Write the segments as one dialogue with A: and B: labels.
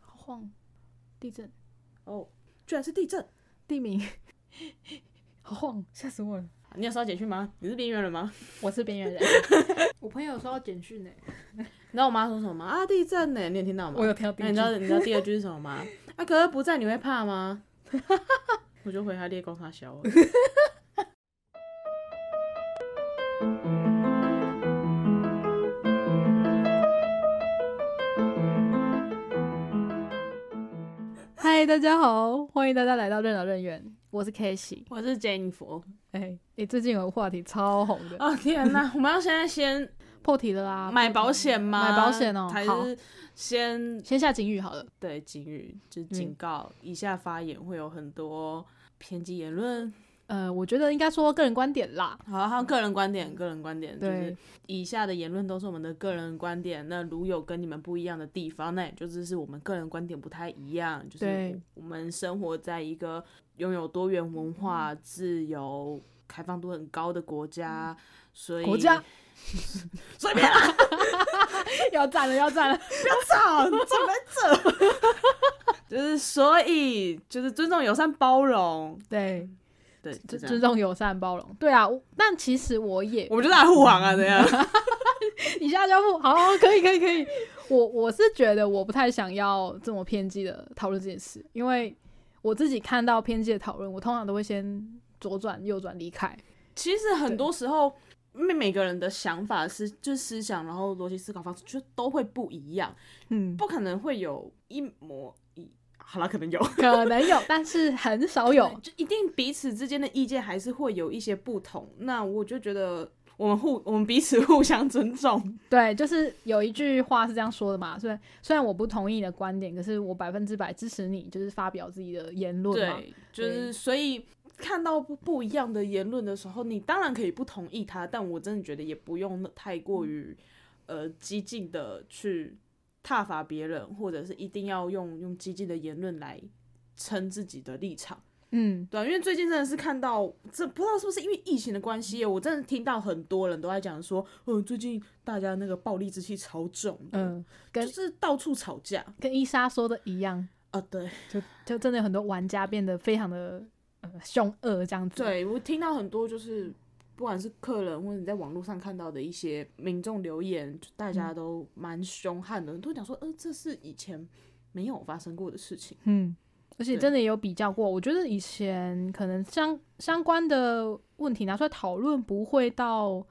A: 晃，地震，
B: 哦，居然是地震！
A: 地名， 好晃，吓死我了！
B: 你有收到简讯吗？你是边缘人吗？
A: 我是边缘 人，
C: 我朋友收到简讯呢、
B: 欸你知道我妈说什么吗？啊，地震呢？你有听到吗？
A: 我有听到地
B: 那你知道
A: 震，
B: 你知道第二句是什么吗？ 啊，可是不在你会怕吗？ 我就回他猎光他小。
A: 嗨，大家好，欢迎大家来到任劳任怨，我是 k a s e y
B: 我是 Jennifer。
A: 哎、你最近有个话题超红的，
B: 哦天 哪！我们要现在先
A: 破题了啊啦，
B: 买保险吗？
A: 买保险哦
B: 还
A: 好
B: 是先
A: 先下警语好了，
B: 对警语，就是警
A: 嗯
B: 告，以下发言会有很多偏激言论。
A: 呃，我觉得应该说个人观点啦，
B: 好，还有个人观点，个人观点就是
A: 对，
B: 以下的言论都是我们的个人观点，那如有跟你们不一样的地方，那也就是是我们个人观点不太一样，就是
A: 对
B: 我们生活在一个拥有多元文
A: 嗯
B: 化、自由、开放度很高的国家，所以
A: 国家
B: 随便啦，
A: 要赞了要赞了，
B: 不要吵，你怎么走？ 就是所以就是尊重、友善、包容，
A: 对，
B: 对，就
A: 尊
B: 这
A: 尊
B: 样。
A: 重、友善、包容，对啊，我但其实我也
B: 我们就在护航啊，怎样？
A: 以下交付，好，可以，可以，可以。我我是觉得我不太想要这么偏激的讨论这件事，因为我自己看到偏激的讨论，我通常都会先左转、右转离开。
B: 其实很多时候，每每个人的想法是，就思想，然后逻辑思考方式，就都会不一样，
A: 嗯，
B: 不可能会有一模一。好了，可能有，
A: 可能有，但是很少哦有。
B: 就一定彼此之间的意见还是会有一些不同。那我就觉得我们互我们彼此互相尊重，
A: 对，就是有一句话是这样说的嘛，虽然虽然我不同意你的观点，可是我百分之百支持你，就是发表自己的言论嘛。
B: 对，就是所以看到不不一样的言论的时候，你当然可以不同意他，但我真的觉得也不用太
A: 嗯
B: 过于呃激进的去挞伐别人，或者是一定要用用激进的言论来撑自己的立场。
A: 嗯，
B: 对啊、因为最近真的是看到，这不知道是不是因为疫情的关系耶，我真的听到很多人都在讲说，嗯，最近大家那个暴力之气超重的，
A: 嗯，跟
B: 就是到处吵架
A: 跟伊莎说的一样，
B: 啊，对，
A: 就就真的有很多玩家变得非常的、呃、凶恶这样子。
B: 对我听到很多就是，不管是客人或者你在网络上看到的一些民众留言，就大家都蛮凶悍的，都讲说，呃，这是以前没有发生过的事情。
A: 嗯，而且
B: 对
A: 真的也有比较过，我觉得以前可能相相关的问题拿出来讨论，不会到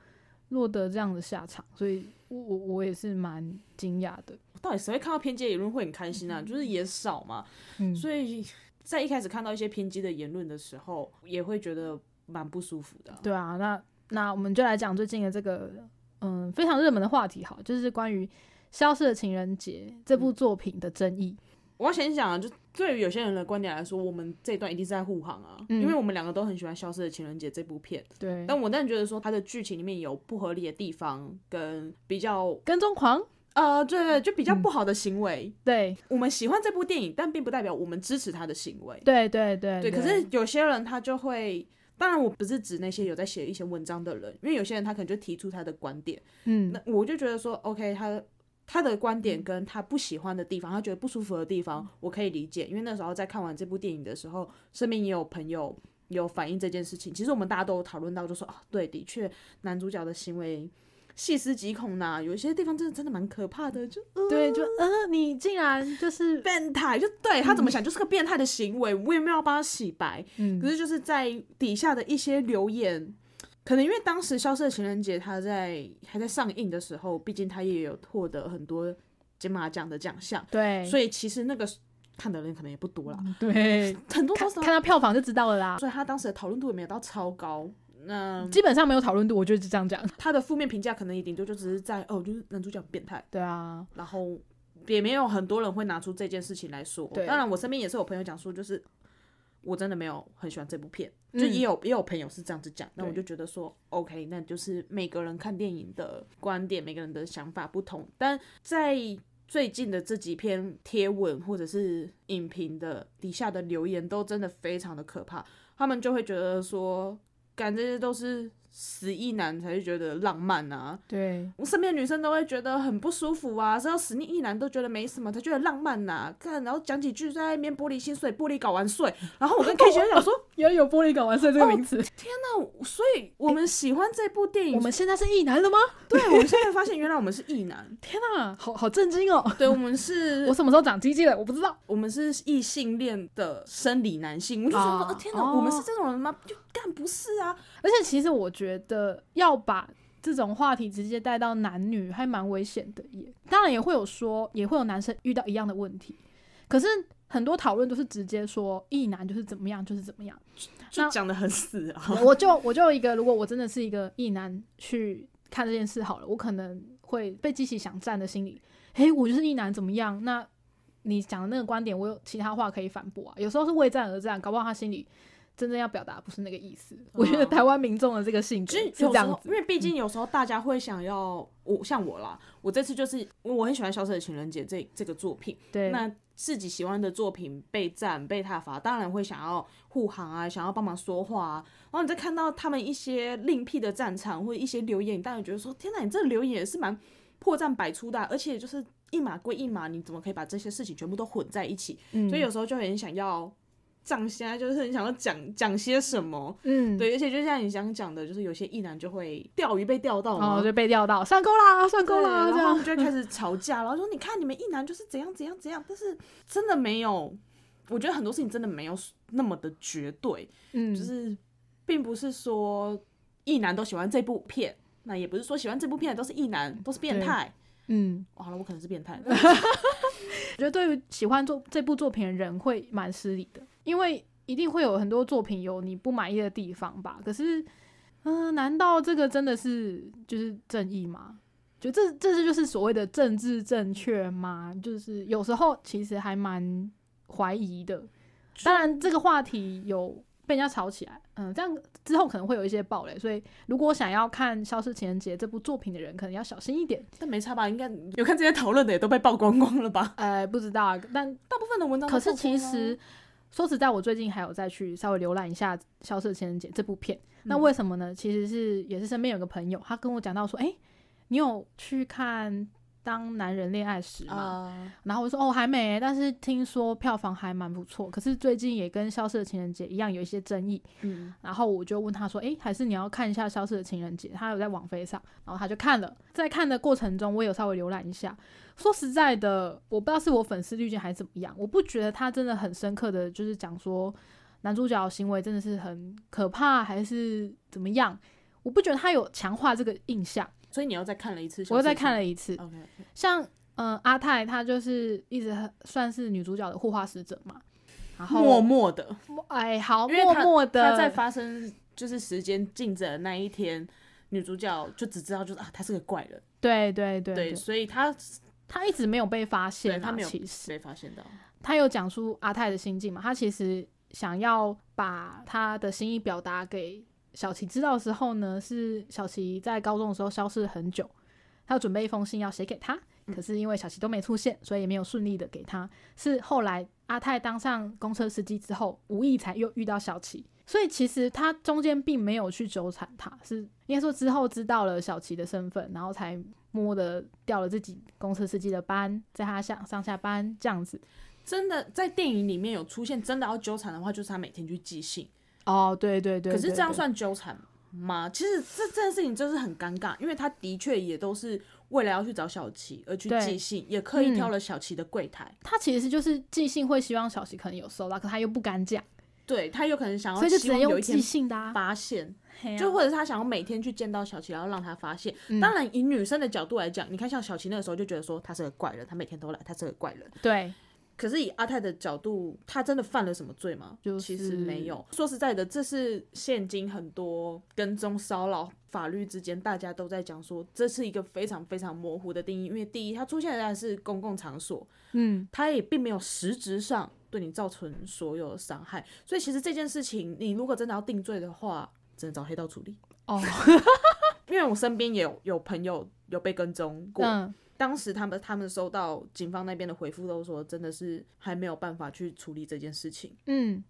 A: 落得这样的下场，所以我我我也是蛮惊讶的。
B: 到底谁会看到偏激的言论会很开心啊？就是也少嘛，
A: 嗯，
B: 所以在一开始看到一些偏激的言论的时候，也会觉得蛮不舒服的啊。
A: 对啊，那那我们就来讲最近的这个嗯非常热门的话题，好，就是关于《消失的情人节》这部作品的争议。
B: 我要先讲啊，就对于有些人的观点来说，我们这一段一定是在护航啊，
A: 嗯
B: 因为我们两个都很喜欢《消失的情人节》这部片。
A: 对，
B: 但我当然觉得说它的剧情里面有不合理的地方，跟比较
A: 跟踪狂，
B: 呃，对对，就比较
A: 嗯
B: 不好的行为。
A: 对
B: 我们喜欢这部电影，但并不代表我们支持他的行为。
A: 对对对
B: 对，可是有些人他就会。当然，我不是指那些有在写一些文章的人，因为有些人他可能就提出他的观点，
A: 嗯
B: 那我就觉得说，OK，他他的观点跟他不喜欢的地方，他觉得不舒服的地方，我可以理解，因为那时候在看完这部电影的时候，身边也有朋友有反映这件事情。其实我们大家都有讨论到，就说啊，对，的确，男主角的行为细思极恐呐、有些地方真的真的蛮可怕的，就
A: 对，就呃，你竟然就是
B: 变态，就对他怎么想，就是个变态的行为，我也没有要帮他洗白。
A: 嗯
B: 可是就是在底下的一些留言，可能因为当时《消失的情人节》它在还在上映的时候，毕竟它也有获得很多金马奖的奖项，
A: 对，
B: 所以其实那个时看的人可能也不多啦，
A: 对，
B: 很多都
A: 看
B: 是，
A: 看到票房就知道了啦。
B: 所以他当时的讨论度也没有到超高。那
A: 基本上没有讨论度，我就是这样讲。
B: 他的负面评价可能也顶多就只是在哦，就是男主角很变态，
A: 对啊，
B: 然后也没有很多人会拿出这件事情来说。
A: 对
B: 当然我身边也是有朋友讲说，就是我真的没有很喜欢这部片，
A: 嗯
B: 就也有、也有朋友是这样子讲，那我
A: 对
B: 就觉得说，OK，那就是每个人看电影的观点，每个人的想法不同，但在。最近的这几篇贴文或者是影评的底下的留言都真的非常的可怕，他们就会觉得说，感这些都是死意男才是觉得浪漫啊。
A: 对，
B: 我身边的女生都会觉得很不舒服啊，知道死腻一男都觉得没什么，才觉得浪漫呐、看，然后讲几句在那边玻璃心碎，玻璃搞完碎。然后我跟 K 学长说，
A: 原来有玻璃睾丸
B: 哦
A: 腺这个名词。
B: 那所以我们喜欢这部电影，
A: 我们现在是异男了吗？
B: 对我们现在发现原来我们是异男，
A: 天哪，好好震惊哦！
B: 对我们是
A: 我什么时候长鸡鸡了？我不知道。
B: 我们是异性恋的生理男性，我就想说，
A: 哦
B: 呃天哪，
A: 哦
B: 我们是这种人吗？就干不是啊，
A: 而且其实我觉得要把这种话题直接带到男女，还蛮危险的耶。当然也会有说，也会有男生遇到一样的问题，可是很多讨论都是直接说异男就是怎么样，就是怎么样。
B: 就
A: 那
B: 讲的很死啊。
A: 我就我就一个，如果我真的是一个异男去看这件事好了，我可能会被激起想战的心理。诶，我就是异男怎么样？那你讲的那个观点，我有其他话可以反驳啊。有时候是为战而战，搞不好他心里真正要表达不是那个意思。我觉得
B: 嗯
A: 台湾民众的这个性格
B: 就是是
A: 这
B: 有时
A: 样
B: 候，
A: 子嗯
B: 因。为毕竟有时候大家会想要，我像我啦，我这次就是因为我很喜欢《消失的情人节》这这个作品，
A: 对，
B: 那自己喜欢的作品被赞被挞伐，当然会想要护航啊，想要帮忙说话啊。然后你再看到他们一些另辟的战场或者一些留言，你当然觉得说：天哪，你这个留言也是蛮破绽百出的啊、而且就是一码归一码，你怎么可以把这些事情全部都混在一起？
A: 嗯
B: 所以有时候就很想要站下，就是很想要讲讲些什么。
A: 嗯，
B: 对，而且就像你想讲的，就是有些异男就会钓鱼被钓到嘛，
A: 哦，就被钓到，上钩啦，上钩
B: 对，
A: 啦，啊这
B: 然后他
A: 样
B: 们就会开始吵架，然后说你看你们一男就是怎样怎样怎样，但是真的没有，我觉得很多事情真的没有那么的绝对，
A: 嗯，
B: 就是并不是说一男都喜欢这部片，那也不是说喜欢这部片的都是一男都是变
A: 对
B: 态。
A: 嗯，
B: 哦好了，我可能是变态，
A: 我觉得对于喜欢做这部作品的人会蛮失礼的，因为一定会有很多作品有你不满意的地方吧。可是，嗯、难道这个真的是就是正义吗？就这这是就是所谓的政治正确吗？就是有时候其实还蛮怀疑的。当然，这个话题有被人家吵起来，嗯，这样之后可能会有一些暴雷，所以如果想要看《消失情人节》这部作品的人，可能要小心一点。
B: 但没差吧？应该有看这些讨论的也都被曝光光了吧？
A: 呃，不知道啊，但
B: 大部分的文章都
A: 可是
B: 曝
A: 其
B: 光啊
A: 实说实在，我最近还有再去稍微浏览一下《消失的情人节》这部片。那
B: 嗯
A: 为什么呢？其实是也是身边有个朋友，他跟我讲到说，哎、你有去看《当男人恋爱时》吗？
B: 啊，
A: 然后我说哦还没，但是听说票房还蛮不错，可是最近也跟《消失的情人节》一样有一些争议。
B: 嗯，
A: 然后我就问他说：“诶，还是你要看一下《消失的情人节》？他有在网飞上。”然后他就看了，在看的过程中，我有稍微浏览一下。说实在的，我不知道是我粉丝滤镜还是怎么样，我不觉得他真的很深刻的就是讲说男主角的行为真的是很可怕，还是怎么样。我不觉得他有强化这个印象，
B: 所以你又再看了一次，
A: 我又再看了一次，
B: ，OK，
A: 像嗯阿泰，他就是一直很算是女主角的护花使者嘛，然后
B: 默默的，
A: 哎好
B: 因为
A: 默默的
B: 他在发生就是时间静止的那一天，女主角就只知道就是啊，他是个怪人，
A: 对对对
B: 对，所以她
A: 他一直没有被发现、啊，
B: 对他没有
A: 其实
B: 没发现到，
A: 他有讲出阿泰的心境嘛，他其实想要把他的心意表达给小琪知道的时候呢，是小琪在高中的时候消失了很久，他有准备一封信要写给他，可是因为小琪都没出现，所以也没有顺利的给他。是后来阿泰当上公车司机之后，无意才又遇到小琪，所以其实他中间并没有去纠缠他，是应该说之后知道了小琪的身份，然后才摸的掉了自己公车司机的班，在他下上下班这样子。
B: 真的在电影里面有出现，真的要纠缠的话，就是她每天去寄信，
A: 哦，对对对，
B: 可是
A: 对
B: 这样
A: 对
B: 算纠缠吗？其实这这件事情真是很尴尬，因为她的确也都是为了要去找小琪而去
A: 对
B: 寄信，也刻意
A: 嗯
B: 挑了小琪的柜台，
A: 他其实就是寄信会希望小琪可能有收到，可他又不敢讲，
B: 对她有可能想
A: 所
B: 要
A: 以就
B: 希
A: 只能
B: 望有
A: 用
B: 一
A: 寄
B: 天
A: 信的啊，
B: 发现，
A: 嘿啊
B: 就或者是她想要每天去见到小琪，然后让她发现。
A: 嗯
B: 当然，以女生的角度来讲，你看像小琪那个时候就觉得说她是个怪人，她每天都来，她是个怪人。
A: 对
B: 可是以阿泰的角度，他真的犯了什么罪吗？
A: 就是
B: 其实没有。说实在的，这是现今很多跟踪骚扰法律之间，大家都在讲说，这是一个非常非常模糊的定义。因为第一，它出现在是公共场所，
A: 嗯，
B: 它也并没有实质上对你造成所有的伤害。所以其实这件事情，你如果真的要定罪的话，只能找 黑道处理。
A: 哦，
B: 因为我身边也有有朋友有被跟踪过，
A: 嗯，
B: 当时他们他们收到警方那边的回复，都说真的是还没有办法去处理这件事情。
A: 嗯，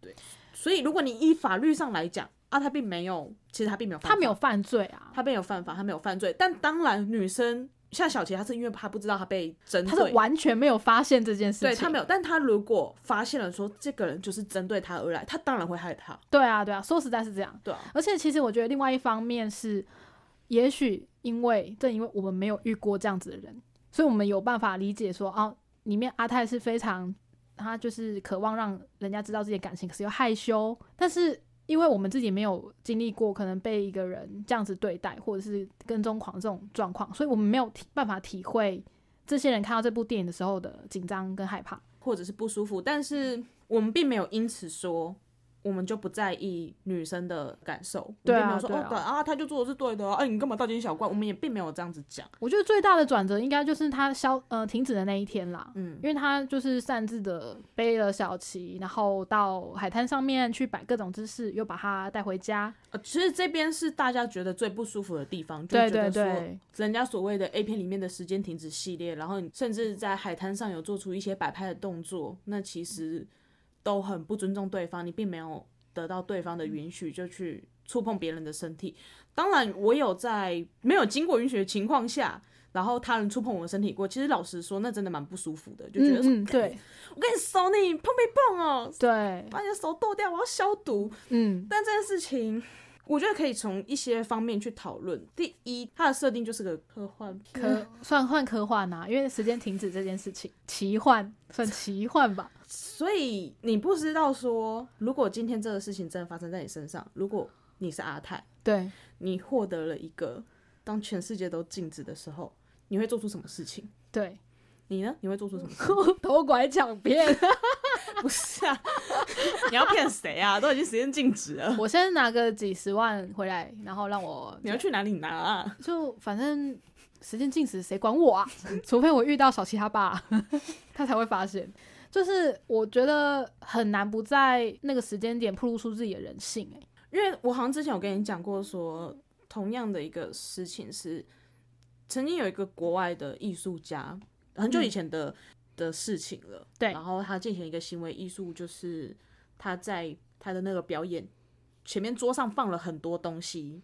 B: 所以如果你依法律上来讲啊，他并没有，其实他并没有犯法，
A: 他没有犯罪啊，
B: 他没有犯法，他没有犯罪。但当然，女生像小琪，她是因为她不知道她被针
A: 他是
B: 对，
A: 完全没有发现这件事情，
B: 对她没有。但她如果发现了说这个人就是针对她而来，她当然会害怕。
A: 对啊，对啊，说实在是这样。
B: 对啊，
A: 而且其实我觉得另外一方面是，也许因为正因为我们没有遇过这样子的人，所以我们有办法理解说，哦，里面阿泰是非常他就是渴望让人家知道自己的感情，可是又害羞，但是。因为我们自己没有经历过可能被一个人这样子对待，或者是跟踪狂这种状况，所以我们没有体办法体会这些人看到这部电影的时候的紧张跟害怕。
B: 或者是不舒服，但是我们并没有因此说。我们就不在意女生的感受，我
A: 对
B: 们
A: 啊
B: 并没有说
A: 对啊
B: 哦，对啊，她就做的是对的啊，哎，你干嘛大惊小怪？我们也并没有这样子讲，
A: 我觉得最大的转折应该就是他消呃停止的那一天啦，
B: 嗯
A: 因为他就是擅自的背了小琪，然后到海滩上面去摆各种姿势，又把他带回家。
B: 呃，其实这边是大家觉得最不舒服的地方，就
A: 对
B: 觉
A: 对
B: 得说
A: 对，
B: 人家所谓的 A 片里面的时间停止系列，然后你甚至在海滩上有做出一些摆拍的动作，那其实都很不尊重对方，你并没有得到对方的允许就去触碰别人的身体。当然，我有在没有经过允许的情况下。然后他人触碰我的身体过，其实老实说，那真的蛮不舒服的，就觉得说，
A: 嗯嗯 对
B: 我跟你手你碰没碰哦，
A: 对，
B: 把你的手剁掉，我要消毒。
A: 嗯
B: 但这件事情，我觉得可以从一些方面去讨论。第一，它的设定就是个科幻片，
A: 科算换科幻啊，因为时间停止这件事情，奇幻算奇幻吧。
B: 所以你不知道说，如果今天这个事情真的发生在你身上，如果你是阿泰，
A: 对，
B: 你获得了一个当全世界都静止的时候，你会做出什么事情？
A: 对，
B: 你呢？你会做出什么事？
A: 偷拐抢骗。
B: 不是啊， 你要骗谁啊？都已经时间静止了，
A: 我先拿个几十万回来，然后让我
B: 你要去哪里拿啊？
A: 就反正时间静止，谁管我啊？ 除非我遇到小七他爸，啊 他才会发现。就是我觉得很难不在那个时间点暴露出自己的人性、欸，
B: 因为我好像之前有跟你讲过说同样的一个事情是，曾经有一个国外的艺术家，很久以前的、的事情了。
A: 对
B: 然后他进行一个行为艺术，就是他在他的那个表演前面桌上放了很多东西，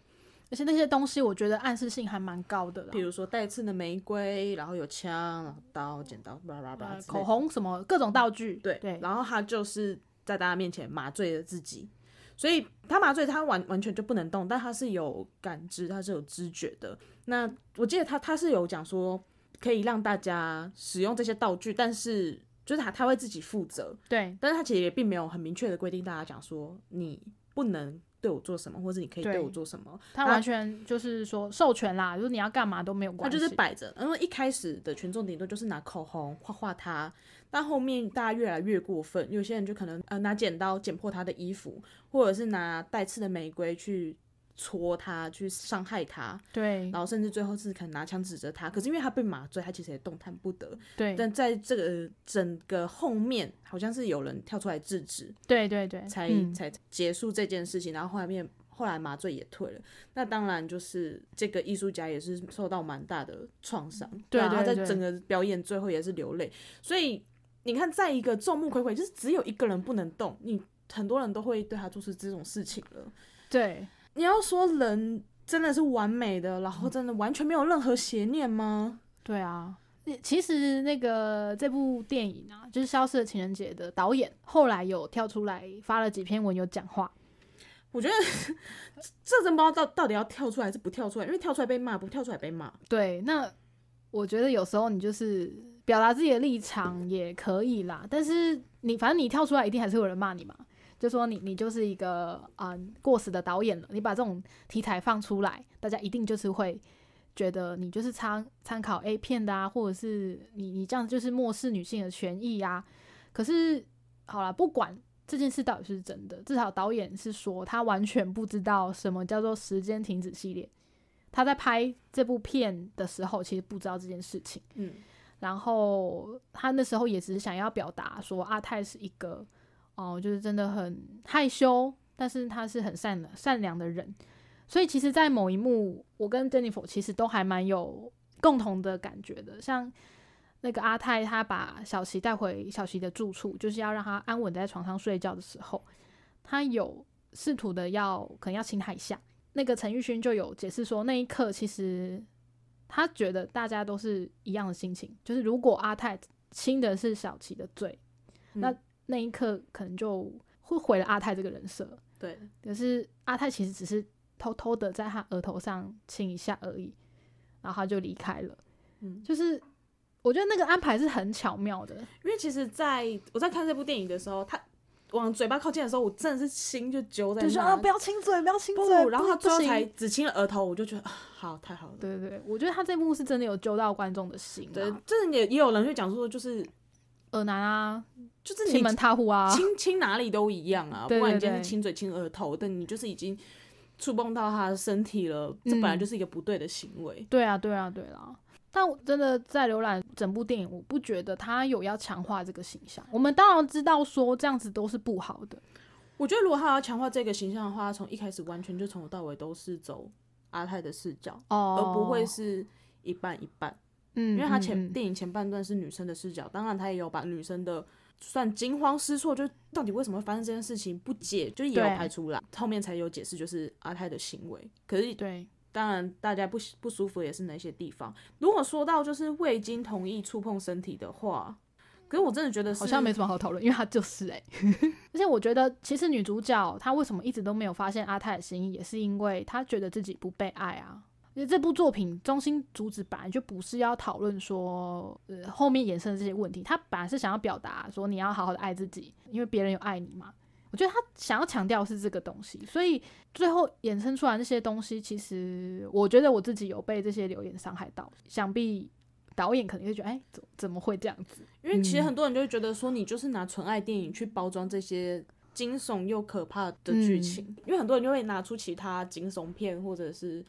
A: 而且那些东西我觉得暗示性还蛮高的啦
B: 比，如说带刺的玫瑰，然后有枪、然后刀、剪刀，巴拉巴拉
A: 呃
B: 之类的
A: 口红什么各种道具，
B: 对
A: 对，
B: 然后他就是在大家面前麻醉了自己，所以他麻醉他完完全就不能动，但他是有感知，他是有知觉的。那我记得他他是有讲说，可以让大家使用这些道具，但是就是他他会自己负责，
A: 对
B: 但是他其实也并没有很明确的规定大家讲说你不能对我做什么，或者你可以
A: 对
B: 对我做什么，
A: 他完全就是说授权啦，就是你要干嘛都没有
B: 他
A: 关系，
B: 就是摆着。因为一开始的权重顶多就是拿口红画画他，但后面大家越来越过分，有些人就可能呃拿剪刀剪破他的衣服，或者是拿带刺的玫瑰去戳他，去伤害他，
A: 对
B: 然后甚至最后是可能拿枪指着他。可是因为他被麻醉，他其实也动弹不得。
A: 对
B: 但在这个整个后面，好像是有人跳出来制止，
A: 对对对，
B: 才、
A: 嗯
B: 才结束这件事情，然后后来面后来麻醉也退了，那当然就是这个艺术家也是受到蛮大的创伤，
A: 嗯对
B: 啊
A: 对
B: 他在
A: 对
B: 整个表演最后也是流泪，所以你看，在一个众目睽睽，就是只有一个人不能动，你很多人都会对他做出这种事情了。
A: 对，
B: 你要说人真的是完美的，然后真的完全没有任何邪念吗？
A: 对啊，那其实那个这部电影啊，就是《消失的情人节》的导演，后来有跳出来发了几篇文，有讲话。
B: 我觉得这这真不知道到到底要跳出来还是不跳出来，因为跳出来被骂，不跳出来被骂。
A: 对，那我觉得有时候你就是表达自己的立场也可以啦，但是你反正你跳出来，一定还是有人骂你嘛。就说你你就是一个嗯过时的导演了，你把这种题材放出来，大家一定就是会觉得你就是参参考 A 片的啊，或者是你你这样就是漠视女性的权益啊。可是好啦，不管这件事到底是不是真的，至少导演是说他完全不知道什么叫做时间停止系列。他在拍这部片的时候，其实不知道这件事情。
B: 嗯，
A: 然后他那时候也只是想要表达说，阿泰是一个哦、就是真的很害羞，但是他是很善良善良的人。所以其实，在某一幕，我跟 Jennifer 其实都还蛮有共同的感觉的。像那个阿泰，他把小琪带回小琪的住处，就是要让他安稳地在床上睡觉的时候，他有试图的要可能要亲他一下。那个陈玉勋就有解释说，那一刻其实他觉得大家都是一样的心情，就是如果阿泰亲的是小琪的罪，
B: 嗯
A: 那那一刻可能就会毁了阿泰这个人设。
B: 对，
A: 可是阿泰其实只是偷偷的在他额头上亲一下而已，然后他就离开了。
B: 嗯，
A: 就是我觉得那个安排是很巧妙的，
B: 因为其实在我在看这部电影的时候，他往嘴巴靠近的时候，我真的是心就揪在
A: 就
B: 那，
A: 说啊不要亲嘴，不要亲嘴，
B: 不，然后他
A: 不
B: 最后才
A: 行
B: 只亲了额头，我就觉得啊，好，太好了。
A: 对对对，我觉得他这幕是真的有揪到观众的心、啊，
B: 对，这也也有人会讲说，就是
A: 耳男啊，
B: 就是你
A: 亲门踏户啊，
B: 亲亲哪里都一样啊，
A: 对
B: 不管
A: 对
B: 你今天
A: 对
B: 是亲嘴亲额头，但你就是已经触碰到他的身体了，这本来
A: 嗯
B: 就是一个不对的行为。
A: 对啊，对啊，对啦。但我真的在浏览整部电影，我不觉得他有要强化这个形象。我们当然知道说这样子都是不好的，
B: 我觉得如果他要强化这个形象的话，他从一开始完全就从头到尾都是走阿泰的视角，
A: 哦，
B: 而不会是一半一半。
A: 嗯，嗯，
B: 因为他
A: 嗯
B: 前电影前半段是女生的视角，当然他也有把女生的算惊慌失措，就是到底为什么会发生这件事情不解，就是也有
A: 对
B: 排出来，后面才有解释，就是阿泰的行为。可是
A: 对，
B: 当然大家不喜不舒服也是那些地方。如果说到就是未经同意触碰身体的话，可是我真的觉得是
A: 好像没什么好讨论，因为他就是哎、 而且我觉得，其实女主角她为什么一直都没有发现阿泰的心意，也是因为她觉得自己不被爱啊。而且这部作品中心主旨本来就不是要讨论说，呃，后面衍生的这些问题，她本来是想要表达说你要好好的爱自己，因为别人有爱你嘛。我觉得她想要强调是这个东西，所以最后衍生出来那些东西，其实我觉得我自己有被这些留言伤害到，想必导演可能会觉得，哎、怎怎么会这样子？
B: 因为其实
A: 嗯
B: 很多人就会觉得说，你就是拿纯爱电影去包装这些惊悚又可怕的
A: 嗯
B: 剧情，因为很多人就会拿出其他惊悚片或者是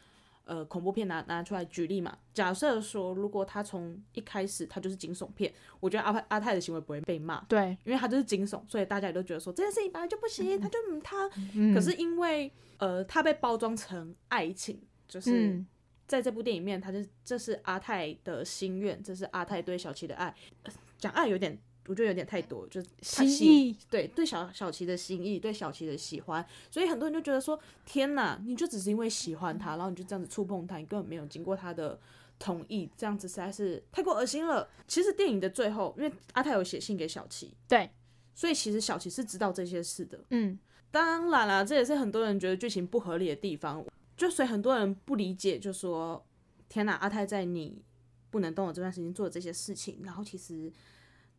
B: 呃恐怖片拿拿出来举例嘛。假设说，如果他从一开始他就是惊悚片，我觉得阿派阿泰的行为不会被骂，
A: 对，
B: 因为他就是惊悚，所以大家也都觉得说这件事情本来就不行，他就嗯他。
A: 嗯
B: 可是因为呃他被包装成爱情，就是。
A: 嗯，
B: 在这部电影里面，他就是这是阿泰的心愿，这是阿泰对小琪的爱。呃讲爱有点，我觉得有点太多，就是他
A: 心意，
B: 对对小小琪的心意，对小琪的喜欢，所以很多人就觉得说：天哪，你就只是因为喜欢他，然后你就这样子触碰他，你根本没有经过他的同意，这样子实在是太过恶心了。其实电影的最后，因为阿泰有写信给小琪，
A: 对，
B: 所以其实小琪是知道这些事的。
A: 嗯，
B: 当然啦，这也是很多人觉得剧情不合理的地方，就所以很多人不理解，就说：“天哪，阿泰在你不能动的这段时间做的这些事情，然后其实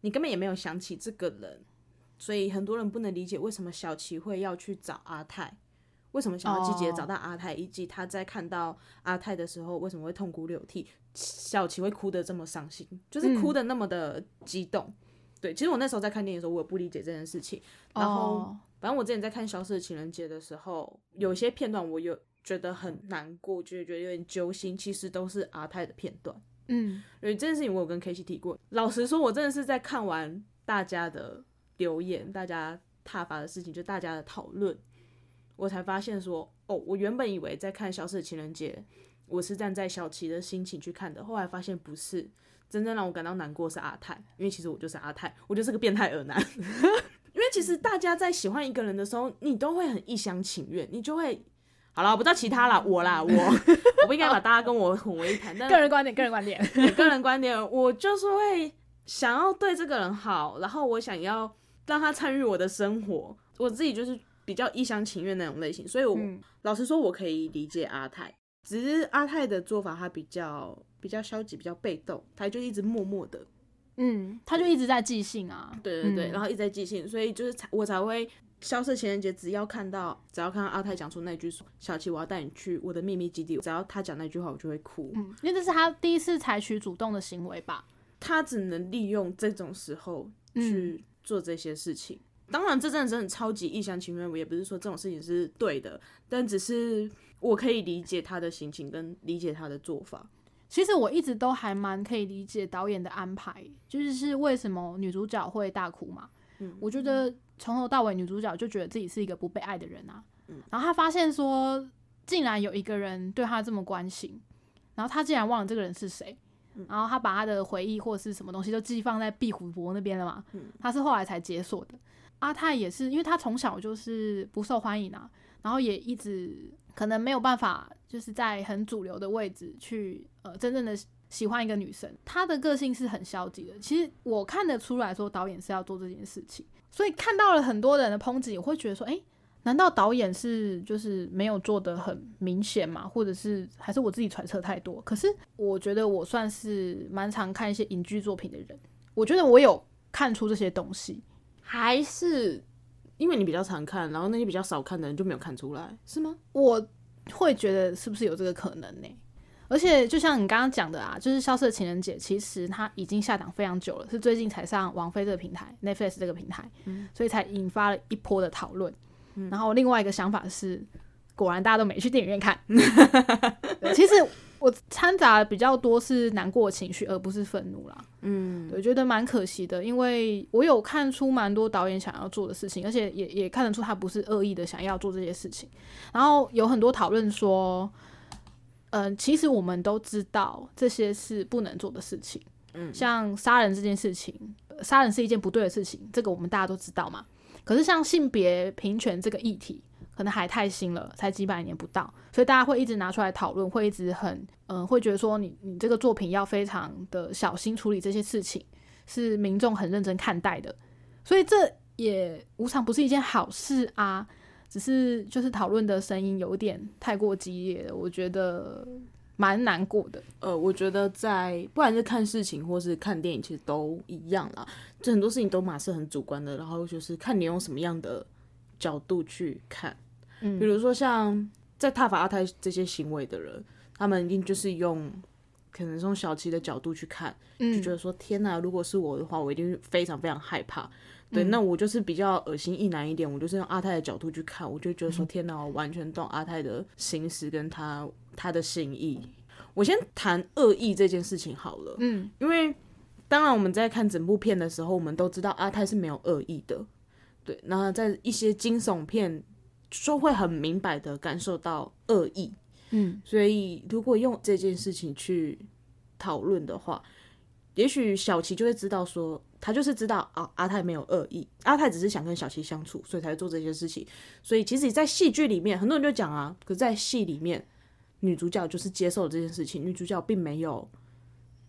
B: 你根本也没有想起这个人，所以很多人不能理解为什么小琪会要去找阿泰，为什么想要积极的
A: 哦
B: 找到阿泰，以及他在看到阿泰的时候为什么会痛哭流涕，小琪会哭得这么伤心，就是哭得那么的激动。对，其实我那时候在看电影的时候，我也不理解这件事情。然后
A: 哦
B: 反正我之前在看《消失的情人节》的时候，有些片段我有觉得很难过，就是觉得有点揪心，其实都是阿泰的片段。
A: 嗯，
B: 所以这件事情我有跟 K C 提过。老实说，我真的是在看完大家的留言、大家踏伐的事情，就大家的讨论，我才发现说，哦，我原本以为在看《消失的情人节》，我是站在小琪的心情去看的，后来发现不是。真正让我感到难过是阿泰，因为其实我就是阿泰，我就是个变态耳男。 因为其实大家在喜欢一个人的时候，你都会很一厢情愿，你就会好啦，我不知道其他啦，我 啦，我我不应该把大家跟我混为一谈，但
A: 嗯个人观点，个人观点，
B: 我个人观点，我就是会想要对这个人好，然后我想要让他参与我的生活，我自己就是比较一厢情愿那种类型，所以我、
A: 嗯
B: 老实说，我可以理解阿泰，只是阿泰的做法他比较比较消极，比较被动，他就一直默默的，
A: 嗯，他就一直在寄信啊，
B: 对对对，
A: 嗯
B: 然后一直在寄信，所以就是才我才会。消失情人节，只要看到，只要看到阿泰讲出那句说“小琪，我要带你去我的秘密基地”，只要他讲那句话，我就会哭。
A: 嗯，因为这是他第一次采取主动的行为吧，
B: 他只能利用这种时候去做这些事情。当然，这真的真的超级一厢情愿，我也不是说这种事情是对的，但只是我可以理解他的心情跟理解他的做法。
A: 其实我一直都还蛮可以理解导演的安排，就是是为什么女主角会大哭嘛。
B: 嗯
A: 我觉得从头到尾女主角就觉得自己是一个不被爱的人啊。
B: 嗯
A: 然后她发现说，竟然有一个人对她这么关心，然后他竟然忘了这个人是谁，
B: 嗯
A: 然后他把他的回忆或是什么东西都寄放在壁虎博那边了嘛，
B: 嗯
A: 他是后来才解锁的。阿泰也是，因为他从小就是不受欢迎啊，然后也一直可能没有办法，就是在很主流的位置去呃真正的喜欢一个女生。他的个性是很消极的，其实我看得出来说导演是要做这件事情，所以看到了很多人的抨击，我会觉得说，诶，难道导演是就是没有做的很明显吗？或者是还是我自己揣测太多？可是我觉得我算是蛮常看一些影剧作品的人，我觉得我有看出这些东西。
B: 还是因为你比较常看，然后那些比较少看的人就没有看出来，是吗？
A: 我会觉得是不是有这个可能呢、而且就像你刚刚讲的啊，就是《消失的情人节》，其实它已经下档非常久了，是最近才上王菲这个平台、Netflix 这个平台，所以才引发了一波的讨论。然后另外一个想法是，果然大家都没去电影院看。对其实我掺杂的比较多是难过的情绪，而不是愤怒啦。嗯，我觉得蛮可惜的，因为我有看出蛮多导演想要做的事情，而且也也看得出他不是恶意的想要做这些事情。然后有很多讨论说，嗯、其实我们都知道这些是不能做的事情，嗯，像杀人这件事情，呃杀人是一件不对的事情，这个我们大家都知道嘛。可是像性别平权这个议题，可能还太新了，才几百年不到，所以大家会一直拿出来讨论，会一直很，嗯、会觉得说你你这个作品要非常的小心处理这些事情，是民众很认真看待的，所以这也无常不是一件好事啊。只是就是讨论的声音有点太过激烈了，我觉得蛮难过的。
B: 呃，我觉得在不管是看事情或是看电影，其实都一样啦。这很多事情都嘛是很主观的，然后就是看你用什么样的角度去看。
A: 嗯
B: 比如说像在踏伐阿泰这些行为的人，他们一定就是用可能是用小七的角度去看，
A: 嗯
B: 就觉得说天哪，如果是我的话，我一定非常非常害怕。对，
A: 嗯
B: 那我就是比较恶心一男一点，我就是用阿泰的角度去看，我就
A: 嗯
B: 觉得说天哪，我完全懂阿泰的心思跟他他的心意。我先谈恶意这件事情好了，
A: 嗯，
B: 因为当然我们在看整部片的时候，我们都知道阿泰是没有恶意的，对。那在一些惊悚片就会很明白的感受到恶意，
A: 嗯，
B: 所以如果用这件事情去讨论的话，也许小琪就会知道说，他就是知道啊，阿泰没有恶意，阿泰只是想跟小琪相处，所以才做这些事情。所以其实，在戏剧里面，很多人就讲啊，可是在戏里面，女主角就是接受了这件事情，女主角并没有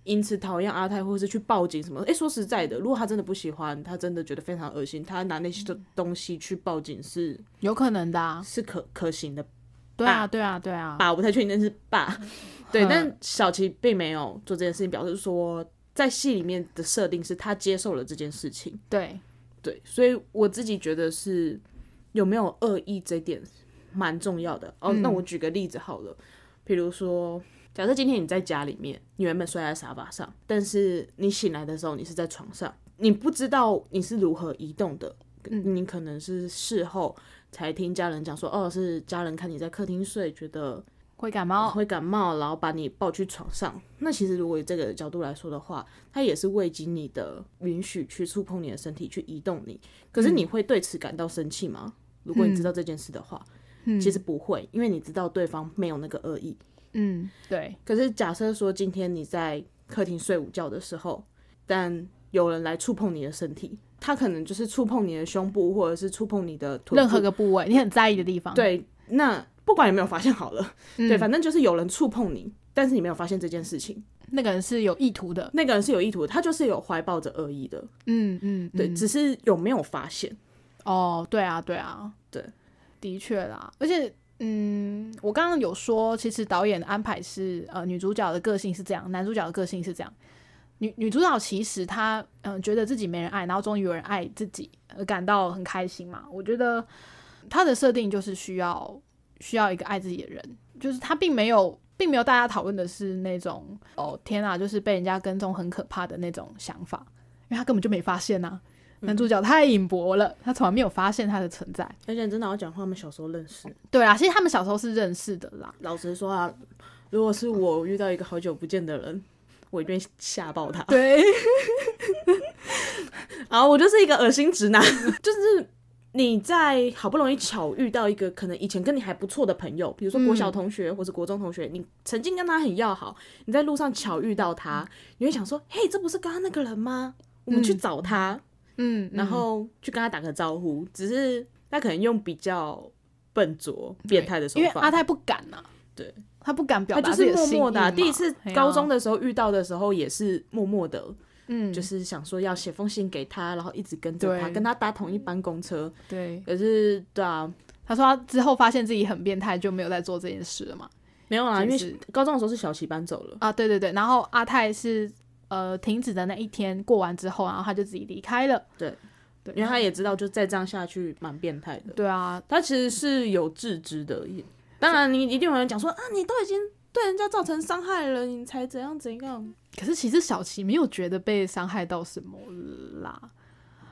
B: 因此讨厌阿泰，或是去报警什么。诶、说实在的，如果她真的不喜欢，她真的觉得非常恶心，她拿那些东西去报警是
A: 有可能的啊。
B: 是可可行的
A: 对啊，对啊，对啊。
B: 爸，我不太确定那是爸。对，
A: 嗯
B: 但小琪并没有做这件事情，表示说在戏里面的设定是他接受了这件事情。
A: 对，
B: 对，所以我自己觉得是有没有恶意这点蛮重要的。哦，那我举个例子好了，比如说，假设今天你在家里面，你原本睡在沙发上，但是你醒来的时候你是在床上，你不知道你是如何移动的，你可能是事后才听家人讲说，哦，是家人看你在客厅睡，觉得
A: 会感冒。
B: 会感冒，然后把你抱去床上。那其实如果以这个角度来说的话，它也是未经你的允许去触碰你的身体，去移动你。可
A: 嗯
B: 是你会对此感到生气吗？如果你知道这件事的话，
A: 嗯
B: 其实不会，因为你知道对方没有那个恶意。
A: 嗯，对，
B: 可是假设说今天你在客厅睡午觉的时候，但有人来触碰你的身体，他可能就是触碰你的胸部，或者是触碰你的臀部，
A: 任何一个部位你很在意的地方。，
B: 对。那不管有没有发现好了，
A: 嗯
B: 对，反正就是有人触碰你，但是你没有发现这件事情。
A: 那个人是有意图的。
B: 那个人是有意图的，他就是有怀抱着恶意的，
A: 嗯嗯，
B: 对，
A: 嗯
B: 只是有没有发现？
A: 哦，对啊，对啊，
B: 对，
A: 的确啦，而且。嗯，我刚刚有说，其实导演的安排是，呃，女主角的个性是这样，男主角的个性是这样。女女主角其实她，嗯、觉得自己没人爱，然后终于有人爱自己，而感到很开心嘛。我觉得她的设定就是需要需要一个爱自己的人，就是她并没有，并没有大家讨论的是那种，哦天啊，就是被人家跟踪很可怕的那种想法，因为她根本就没发现啊呐、男主角太隐薄了，他从来没有发现他的存在。
B: 而且真的要讲话，我们小时候认识。
A: 对啊，其实他们小时候是认识的啦。
B: 老实说啊，如果是我遇到一个好久不见的人，我一定会吓爆他。
A: 对，
B: 啊，我就是一个恶心直男，就是你在好不容易巧遇到一个可能以前跟你还不错的朋友，比如说国小同学或者国中同学，你曾经跟他很要好，你在路上巧遇到他，你会想说：“嘿，这不是刚刚那个人吗？我们去
A: 嗯
B: 找他，
A: 嗯，
B: 然后去跟他打个招呼。”只是他可能用比较笨拙、变态的手
A: 因为
B: 法，
A: 阿泰不敢呐、
B: 对，
A: 他不敢表
B: 他
A: 达
B: 就
A: 自己
B: 是
A: 的
B: 默
A: 心
B: 默的啊、
A: 意嘛
B: 第一次
A: 嘿啊
B: 高中的时候遇到的时候，也是默默的，
A: 嗯，
B: 就是想说要写封信给他，然后一直跟着他，
A: 对
B: 跟他搭同一班公车。
A: 对，
B: 可是，对啊，
A: 他说他之后发现自己很变态，就没有再做这件事了嘛。
B: 没有啦，因
A: 就
B: 为
A: 是
B: 高中的时候是小琪搬走了。
A: 啊啊，对对对，然后阿泰是呃停止的那一天过完之后，然后他就自己离开了。
B: 对，
A: 对，
B: 因为他也知道，就再这样下去蛮变态的。
A: 对啊，
B: 他其实是有自知的，也当然你一定有人讲说啊，你都已经对人家造成伤害了，你才怎样怎样。
A: 可是其实小琪没有觉得被伤害到什么啦。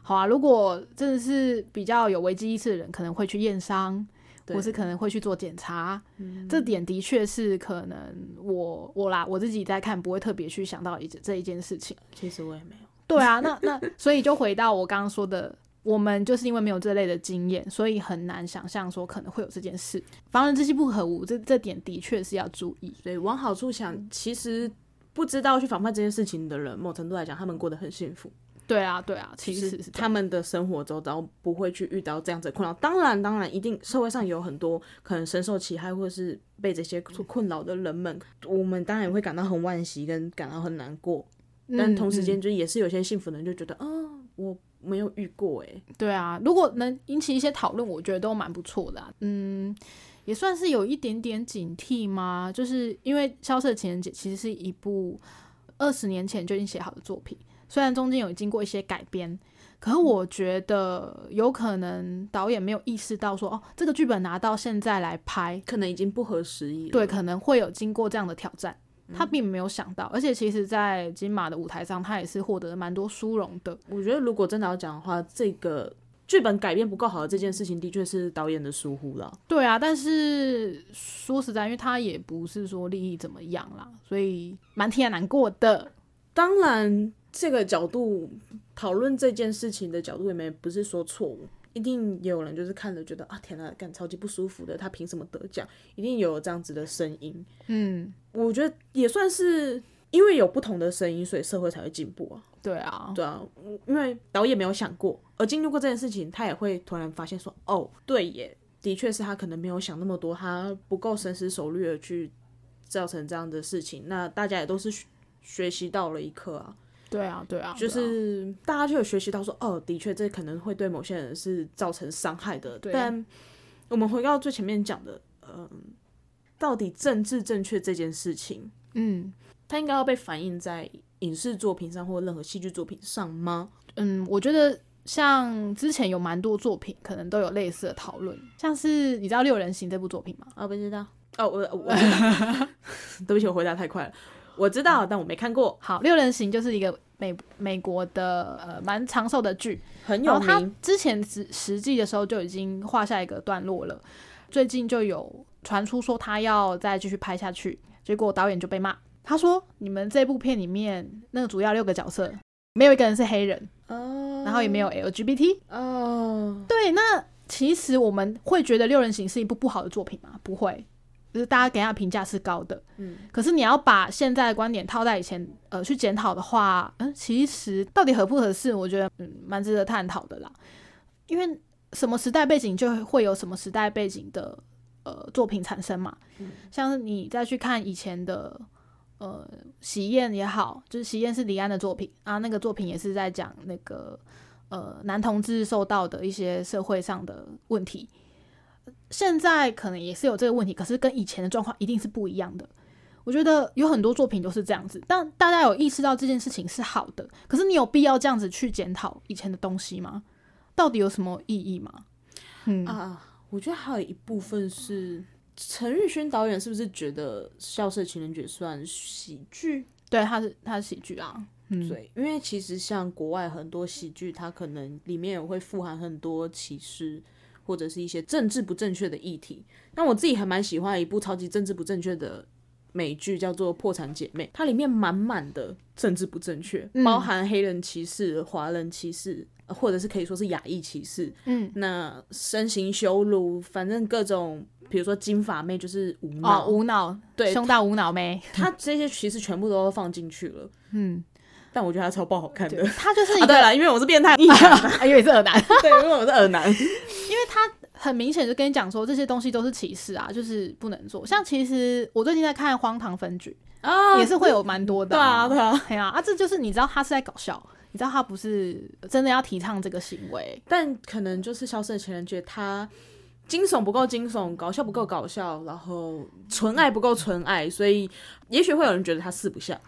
A: 好啊，如果真的是比较有危机意识的人，可能会去验伤，
B: 对
A: 或是可能会去做检查。这点的确是可能我我啦我自己在看，不会特别去想到一这一件事情。
B: 其实我也没有，
A: 对啊，那那 所以就回到我刚刚说的，我们就是因为没有这类的经验，所以很难想象说可能会有这件事。防人之心不可无，这这点的确是要注意。
B: 所以往好处
A: 嗯
B: 想，其实不知道去防范这件事情的人，某程度来讲，他们过得很幸福。
A: 对啊，对啊，其实
B: 就是
A: 这样
B: 他们的生活周遭不会去遇到这样子的困扰。当然，当然，一定社会上有很多可能深受其害或是被这些
A: 嗯
B: 困扰的人们，我们当然也会感到很惋惜跟感到很难过。但
A: 嗯
B: 同时间，
A: 嗯
B: 就也是有些幸福的人就觉得，哦，我没有遇过哎、
A: 对啊，如果能引起一些讨论，我觉得都蛮不错的、啊。嗯，也算是有一点点警惕吗？就是因为《消失的情人节》其实是一部二十年前就已经写好的作品，虽然中间有经过一些改编，可是我觉得有可能导演没有意识到说，哦，这个剧本拿到现在来拍，
B: 可能已经不合时宜了。
A: 对，可能会有经过这样的挑战。他并没有想到，而且其实，在金马的舞台上，他也是获得了蛮多殊荣的。
B: 我觉得如果真的要讲的话，这个剧本改编不够好的这件事情，的确是导演的疏忽了。
A: 对啊，但是说实在，因为他也不是说利益怎么样啦，所以蛮替他难过的。
B: 当然，这个角度讨论这件事情的角度也没不是说错误，一定也有人就是看了觉得啊天呐，感超级不舒服的，他凭什么得奖？一定有这样子的声音。
A: 嗯，
B: 我觉得也算是因为有不同的声音，所以社会才会进步啊。
A: 对啊，
B: 对啊，我因为导演没有想过，而经历过这件事情，他也会突然发现说，哦，对耶，的确是他可能没有想那么多，他不够深思熟虑的去造成这样的事情。那大家也都是学学习到了一课啊，
A: 对啊，对啊，对
B: 就
A: 啊
B: 是大家就有学习到说，哦，的确这可能会对某些人是造成伤害的。
A: 对
B: 但我们回到最前面讲的，嗯、到底政治正确这件事情，
A: 嗯
B: 它应该要被反映在影视作品上或任何戏剧作品上吗？
A: 嗯，我觉得像之前有蛮多作品，可能都有类似的讨论，像是你知道《六人行》这部作品吗？
B: 啊，不知道。哦，我我知道对不起，我回答太快了。我知道，但我没看过，
A: 好，《六人行》就是一个美美国的呃蛮长寿的剧，
B: 很
A: 然
B: 有
A: 后他
B: 名。
A: 之前实实际的时候就已经画下一个段落了，最近就有传出说他要再继续拍下去，结果导演就被骂，他说你们这部片里面那个主要六个角色没有一个人是黑人，
B: 哦
A: 然后也没有 LGBT，、
B: 哦，
A: 对，那其实我们会觉得《六人行》是一部不好的作品吗？不会，就是大家给他的评价是高的。
B: 嗯，
A: 可是你要把现在的观点套在以前，呃，去检讨的话，嗯，其实到底合不合适，我觉得嗯，蛮值得探讨的啦。因为什么时代背景就会有什么时代背景的呃作品产生嘛。
B: 嗯
A: 像是你再去看以前的呃喜宴也好，就是喜宴是李安的作品啊，那个作品也是在讲那个呃男同志受到的一些社会上的问题。现在可能也是有这个问题，可是跟以前的状况一定是不一样的。我觉得有很多作品都是这样子，但大家有意识到这件事情是好的，可是你有必要这样子去检讨以前的东西吗？到底有什么意义吗？嗯，
B: 啊，我觉得还有一部分是陈玉轩导演是不是觉得《校舍情人节》算喜剧？
A: 对，它是它是喜剧啊，嗯，
B: 对，因为其实像国外很多喜剧，它可能里面也会富含很多歧视或者是一些政治不正确的议题。那我自己还蛮喜欢一部超级政治不正确的美剧，叫做《破产姐妹》，它里面满满的政治不正确，包
A: 嗯
B: 含黑人歧视、华人歧视、或者是可以说是亚裔歧视，
A: 嗯，
B: 那身形羞辱，反正各种，比如说金发妹就是无脑，
A: 哦，无脑，
B: 对
A: 胸大无脑妹，
B: 她这些其实全部都放进去了，
A: 嗯，
B: 但我觉得她超爆好看的
A: 对。，他就是一个，
B: 啊，对了，因为我 是变态 异男，
A: 啊，因为是耳男，
B: 对，因为我是耳男，
A: 很明显就跟你讲说这些东西都是歧视啊，就是不能做。像其实我最近在看《荒唐分局》
B: 啊
A: 也是会有蛮多的、
B: 对啊，对啊。
A: 哎呀啊，这就是你知道他是在搞笑，你知道他不是真的要提倡这个行为，
B: 但可能就是《消失的情人节》，它惊悚不够惊悚，搞笑不够搞笑，然后纯爱不够纯爱，所以也许会有人觉得它四不像。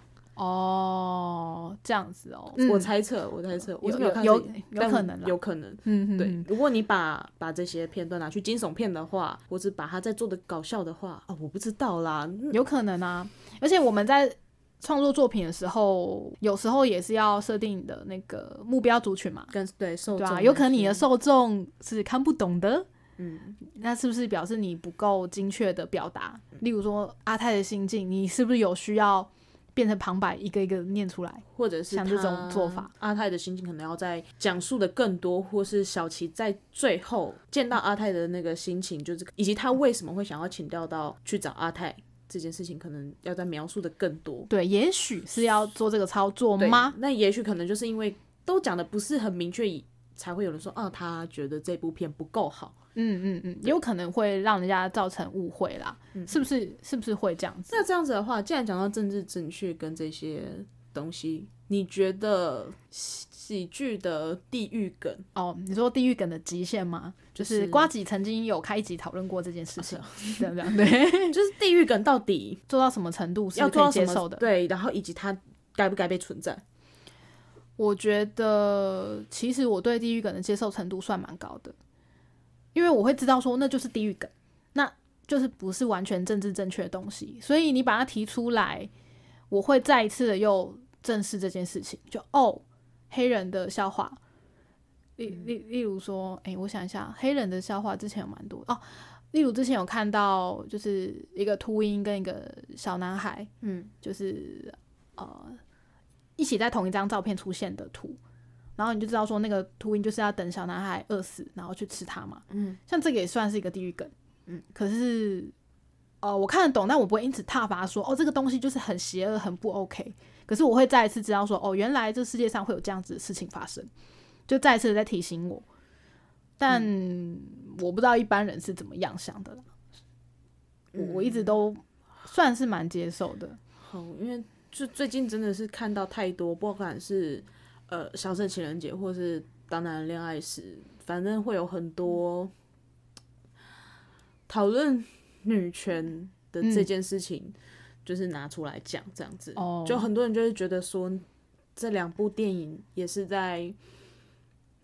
A: 哦，这样子哦，
B: 我猜测，我猜测，我是没
A: 有
B: 看
A: 有
B: 这个
A: 有
B: 但
A: 可能啦
B: 有可能。
A: 嗯，
B: 对
A: 嗯，
B: 如果你把把这些片段拿去惊悚片的话，或者把它再做的搞笑的话，啊，我不知道啦。嗯
A: 有可能啊。而且我们在创作作品的时候，有时候也是要设定你的那个目标族群嘛，
B: 跟对受
A: 对
B: 众那
A: 啊，
B: 些，
A: 有可能你的受众是看不懂的，
B: 嗯，
A: 那是不是表示你不够精确的表达？例如说阿泰的心境，你是不是有需要变成旁白一个一个念出来？
B: 或者是
A: 像这
B: 他
A: 种做法，
B: 阿泰的心情可能要在讲述的更多，或是小琪在最后见到阿泰的那个心情，就是以及他为什么会想要请调到去找阿泰这件事情，可能要再描述的更多。
A: 对，也许是要做这个操作
B: 对
A: 吗？？
B: 那也许可能就是因为都讲的不是很明确，才会有人说，啊，他觉得这部片不够好。
A: 嗯嗯嗯，有可能会让人家造成误会啦，是不是？是不是会这样子？
B: 那这样子的话，既然讲到政治正确跟这些东西，你觉得喜喜剧的地域梗
A: 哦，你说地狱梗的极限吗？就
B: 就是啊是
A: 瓜吉曾经有开一集讨论过这件事情，这样这样对，
B: 就是地域梗到底
A: 做到什么程度是
B: 要做
A: 可
B: 到
A: 以
B: 什
A: 接
B: 么
A: 受的？
B: 对，然后以及它该不该被存在。
A: 我觉得其实我对地狱梗的接受程度算蛮高的，因为我会知道说那就是地狱梗，那就是不是完全政治正确的东西，所以你把它提出来，我会再一次的又正视这件事情，就哦，黑人的笑话。例例例如说，诶，我想一下，黑人的笑话之前有蛮多的哦。例如之前有看到，就是一个秃鹰跟一个小男孩，
B: 嗯，
A: 就是呃一起在同一张照片出现的图，然后你就知道说那个秃鹰就是要等小男孩饿死，然后去吃它嘛。
B: 嗯，
A: 像这个也算是一个地狱梗。
B: 嗯，
A: 可是呃我看得懂，但我不会因此挞伐说哦这个东西就是很邪恶、很不 OK。可是我会再一次知道说哦原来这世界上会有这样子的事情发生，就再一次地在提醒我。但
B: 嗯
A: 我不知道一般人是怎么样想的啦，
B: 嗯
A: 我我一直都算是蛮接受的。
B: 好，因为就最近真的是看到太多，不管是呃《小镇情人节》或是《当男人恋爱时》，反正会有很多讨论女权的这件事情，就是拿出来讲这样子。
A: 嗯哦
B: 就很多人就会觉得说，这两部电影也是在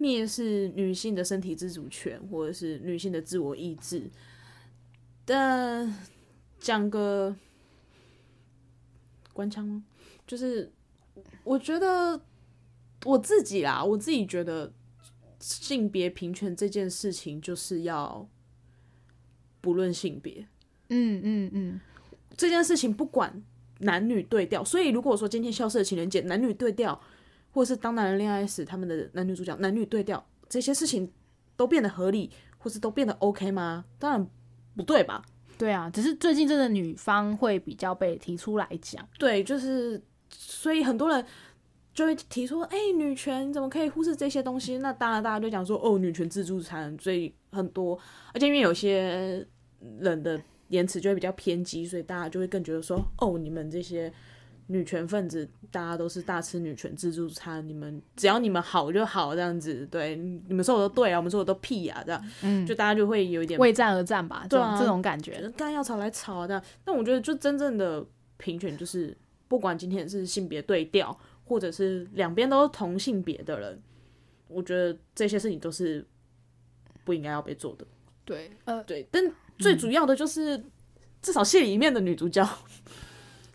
B: 蔑视女性的身体自主权，或者是女性的自我意志。但讲个官腔吗？就是我觉得我自己啦，我自己觉得性别平权这件事情就是要不论性别，
A: 嗯嗯嗯，
B: 这件事情不管男女对调，所以如果说今天消失的情人节男女对调，或是当男人恋爱时他们的男女主角男女对调，这些事情都变得合理，或是都变得 OK 吗？当然不对吧？
A: 对啊，只是最近真的女方会比较被提出来讲，
B: 对，就是所以很多人就会提出，哎、女权你怎么可以忽视这些东西？那当然，大家就讲说，哦，女权自助餐，所以很多，而且因为有些人的言辞就会比较偏激，所以大家就会更觉得说，哦，你们这些。女权分子，大家都是大吃女权自助餐，你们只要你们好就好，这样子，对，你们说的都对啊，我们说的都屁啊，这样，
A: 嗯
B: 就大家就会有一点
A: 为战而战吧，这
B: 对
A: 种、
B: 啊
A: 这种感
B: 觉
A: 觉。
B: 得干要吵来吵啊，但但我觉得就真正的平权就是，不管今天是性别对调，或者是两边都是同性别的人，我觉得这些事情都是不应该要被做的。
A: 对，呃，
B: 对，但最主要的就是，至少戏里面的女主角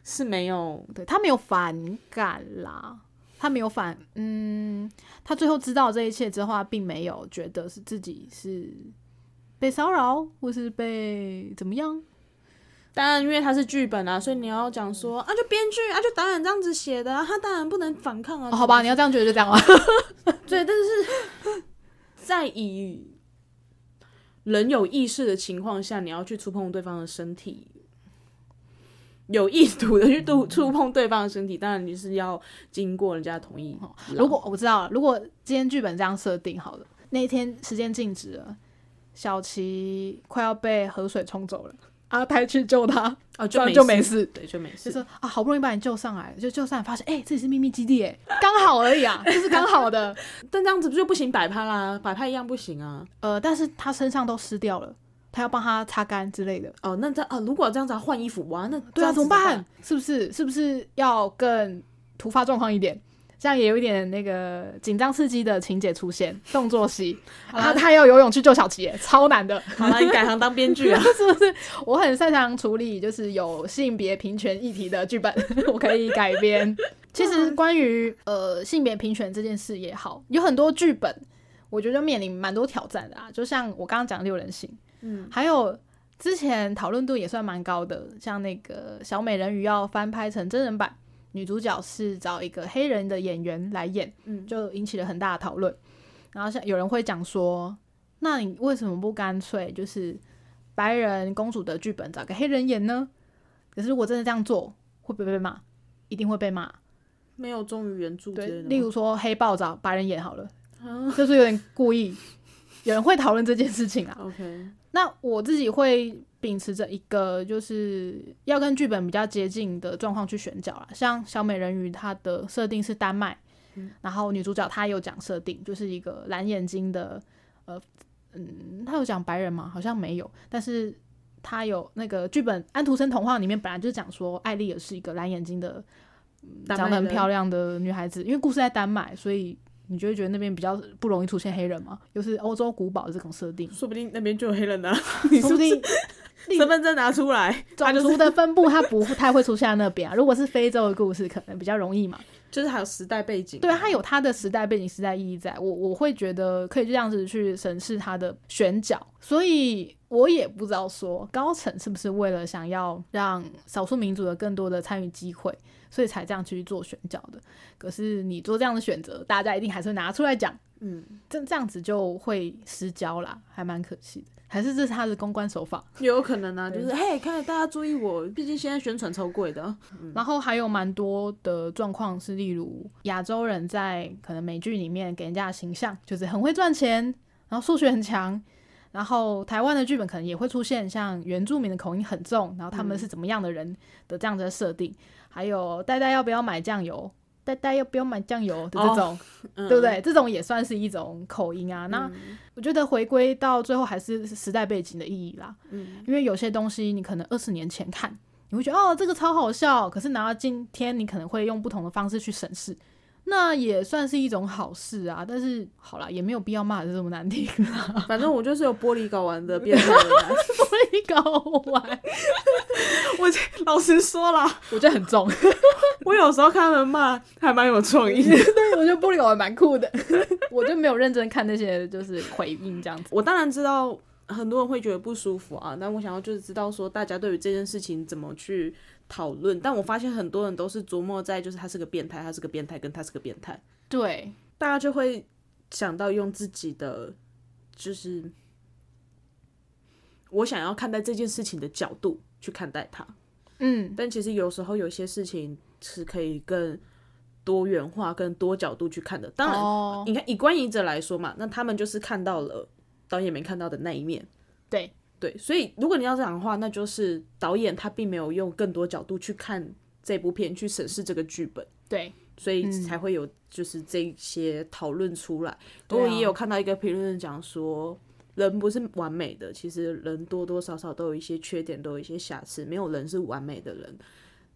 B: 是没有
A: 对他没有反感啦，他没有反，嗯，他最后知道这一切之后，他并没有觉得是自己是被骚扰或是被怎么样，
B: 当然，因为它是剧本啊，所以你要讲说啊，就编剧啊，就导演这样子写的、啊，他当然不能反抗啊。
A: 哦好吧，你要这样觉得就这样吧。
B: 对，但是 在以人有意识的情况下，你要去触碰对方的身体，有意图的去触触碰对方的身体，当然你是要经过人家同意啦。
A: 如果我知道了，如果今天剧本这样设定好了，那一天时间静止了，小琪快要被河水冲走了，阿泰去救他，这
B: 哦就
A: 样
B: 没
A: 就没
B: 事，
A: 事。
B: 对就没
A: 就
B: 事。
A: 是啊，好不容易把你救上来，就救上来发现，哎、这里是秘密基地，哎，刚好而已啊，就是刚好的。
B: 但这样子不就不行摆拍啦？摆拍一样不行啊。
A: 呃，但是他身上都湿掉了，他要帮他擦干之类的。
B: 哦，那这啊，如果这样子要换衣服哇，
A: 对
B: 那
A: 啊，
B: 这样子
A: 怎么办？？是不是是不是要更突发状况一点？这样也有一点那个紧张刺激的情节出现，动作 戏。
B: 好啦
A: 啊，他要游泳去救小琪耶，超难的，
B: 好了，你改行当编剧 啊。
A: 是不是？我很擅长处理就是有性别平权议题的剧本， 我可以改编。其实
B: 嗯
A: 关于呃性别平权这件事也好，有很多剧本，我觉得面临蛮多挑战的啊。就像我刚刚讲的六人行，
B: 嗯，
A: 还有之前讨论度也算蛮高的，像那个小美人鱼要翻拍成真人版，女主角是找一个黑人的演员来演，
B: 嗯
A: 就引起了很大的讨论。然后像有人会讲说，那你为什么不干脆就是白人公主的剧本找个黑人演呢？可是如果真的这样做，会不会被骂？一定会被骂。
B: 没有忠于原著之
A: 对，
B: 类
A: 例
B: 的吗。
A: 如说黑豹找白人演好了，
B: 啊
A: 就是有点故意。有人会讨论这件事情啊，
B: OK，
A: 那我自己会秉持着一个就是要跟剧本比较接近的状况去选角啦。像小美人鱼，它的设定是丹麦，
B: 嗯
A: 然后女主角她有讲设定，就是一个蓝眼睛的，呃，嗯，她有讲白人吗？好像没有，但是她有那个剧本《安徒生童话》里面本来就讲说艾丽尔是一个蓝眼睛的，嗯
B: 丹麦
A: 长得很
B: 人
A: 漂亮的女孩子，因为故事在丹麦，所以。你就会觉得那边比较不容易出现黑人嘛，又是欧洲古堡的这种设定，
B: 说不定那边就有黑人呢、 你
A: 说
B: 是
A: 不
B: 不是
A: 定
B: 身份证拿出来，
A: 种族的分布它 不太会出现在那边啊。如果是非洲的故事，可能比较容易嘛。
B: 就是还有时代背景。啊
A: 对，它有它的时代背景、时代意义在，我我会觉得可以这样子去审视它的选角。所以我也不知道说高层是不是为了想要让少数民族有更多的参与机会，所以才这样去做选角的。可是你做这样的选择，大家一定还是会拿出来讲，
B: 嗯，
A: 这这样子就会失焦啦，还蛮可惜的。还是这是他的公关手法。
B: 也有可能啊，就
A: 对
B: 是嘿，看大家注意我，毕竟现在宣传超贵 的。
A: 然后还有蛮多的状况是，例如亚洲人在可能美剧里面给人家的形象就是很会赚钱，然后数学很强，然后台湾的剧本可能也会出现像原住民的口音很重，然后他们
B: 嗯
A: 是怎么样的人的这样子的设定，还有呆呆要不要买酱油，呆呆要不要买酱油的这种，
B: 嗯、
A: 对不对？这种也算是一种口音啊。那
B: 嗯
A: 我觉得回归到最后还是时代背景的意义啦。
B: 嗯，
A: 因为有些东西你可能二十年前看，你会觉得哦这个超好笑，可是拿到今天你可能会用不同的方式去审视，那也算是一种好事啊。但是好啦，也没有必要骂的这么难听啦，
B: 反正我就是有玻璃睾丸的变态的男。
A: 玻璃搞完，
B: 老实说啦，
A: 我觉得很重，
B: 我有时候看他们骂还蛮有创意的。
A: 对，我觉得玻璃搞完蛮酷的， 我就没有认真看那些就是回应这样子。
B: 我当然知道很多人会觉得不舒服啊，但我想要就是知道说大家对于这件事情怎么去讨论。但我发现很多人都是琢磨在就是他是个变态，他是个变态，跟他是个变态。
A: 对，
B: 大家就会想到用自己的，就是我想要看待这件事情的角度去看待它。
A: 嗯，
B: 但其实有时候有些事情是可以更多元化、更多角度去看的。当然，
A: 哦，
B: 你看以观影者来说嘛，那他们就是看到了导演没看到的那一面。
A: 对
B: 对，所以如果你要这样的话，那就是导演他并没有用更多角度去看这部片，去审视这个剧本。
A: 对，
B: 所以
A: 嗯
B: 才会有就是这些讨论出来。
A: 对
B: 我
A: 啊
B: 也有看到一个评论讲说，人不是完美的，其实人多多少少都有一些缺点，都有一些瑕疵，没有人是完美的人。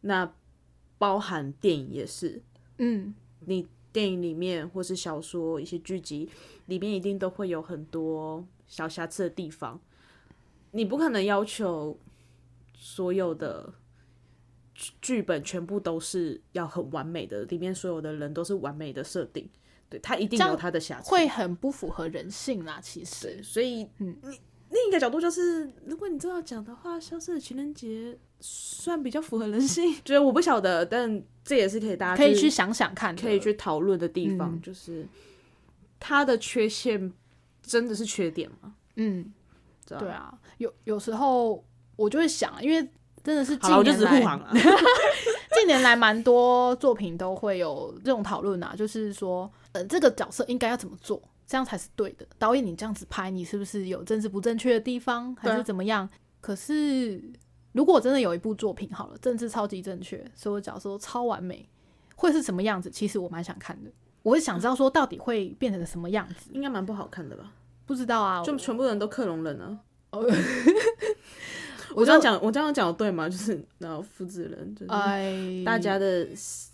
B: 那包含电影也是，
A: 嗯，
B: 你电影里面或是小说一些剧集里面一定都会有很多小瑕疵的地方，你不可能要求所有的剧剧本全部都是要很完美的，里面所有的人都是完美的设定，对他一定
A: 这样
B: 有他的瑕疵，
A: 会很不符合人性啦，其实
B: 对，所以
A: 嗯
B: 你。另一个角度就是，如果你真的要讲的话，《消失的情人节》算比较符合人 性，觉得我不晓得，但这也是可以大家
A: 可以
B: 就
A: 去
B: 是
A: 想想看的，
B: 可以去讨论的地方，
A: 嗯
B: 就是它的缺陷真的是缺点吗？
A: 嗯，
B: 知道
A: 对
B: 吗，
A: 啊，有有时候我就会想，因为真的是近
B: 好了，我就
A: 年
B: 只护
A: 来
B: 航了。
A: 近年来蛮多作品都会有这种讨论啊，就是说，呃，这个角色应该要怎么做，这样才是对的。导演，你这样子拍，你是不是有政治不正确的地方，还
B: 对
A: 是
B: 啊
A: 怎么样？可是，如果真的有一部作品好了，政治超级正确，所有角色都超完美，会是什么样子？其实我蛮想看的，我会想知道说到底会变成什么样子，
B: 应该蛮不好看的吧？
A: 不知道啊。
B: 就
A: 我
B: 全部人都克隆人啊！
A: 哦
B: 我
A: 我
B: 这样
A: 就
B: 讲，我这样讲对吗？ 就是然后复制人，就是
A: 哎，
B: 大家的呃思、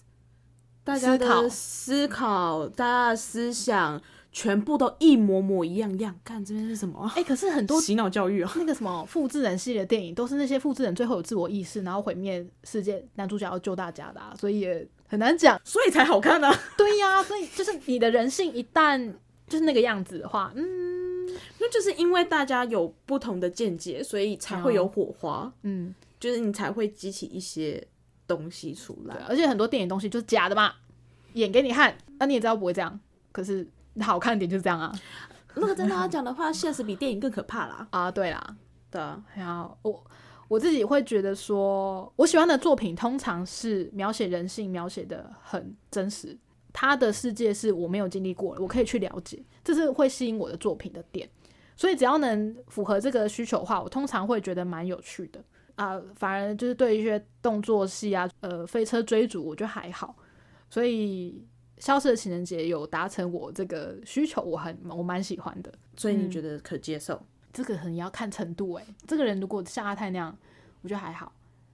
B: 大家的思考、大家的思想，全部都一模模一样样。看这边是什么 啊？
A: 哎、可是很多
B: 洗脑教育啊！。
A: 那个什么复制人系列的电影，都是那些复制人最后有自我意识，然后毁灭世界，男主角要救大家的、啊，所以也很难讲
B: 所以才好看呢、啊。
A: 对呀、所以就是你的人性一旦就是那个样子的话，嗯
B: 那就是因为大家有不同的见解，所以才会有火花，
A: 嗯，
B: 就是你才会激起一些东西出
A: 对啊，
B: 来。
A: 而且很多电影东西就是假的嘛，演给你看，那你也知道不会这样，可是好看点就是这样啊
B: 如果真的要讲的话，现实比电影更可怕啦。
A: 啊，对啦，
B: 对啊，
A: 然后我。我自己会觉得说，我喜欢的作品通常是描写人性，描写的很真实。他的世界是我没有经历过的，我可以去了解，这是会吸引我的作品的点。所以只要能符合这个需求的话，我通常会觉得蛮有趣的啊、反而就是对一些动作戏啊，呃，飞车追逐，我觉得还好。所以《消失的情人节》有达成我这个需求，我很我蛮喜欢的。
B: 所以你
A: 嗯
B: 觉得可接受？
A: 这个很要看程度诶、这个人如果像阿泰那样，我觉得还好。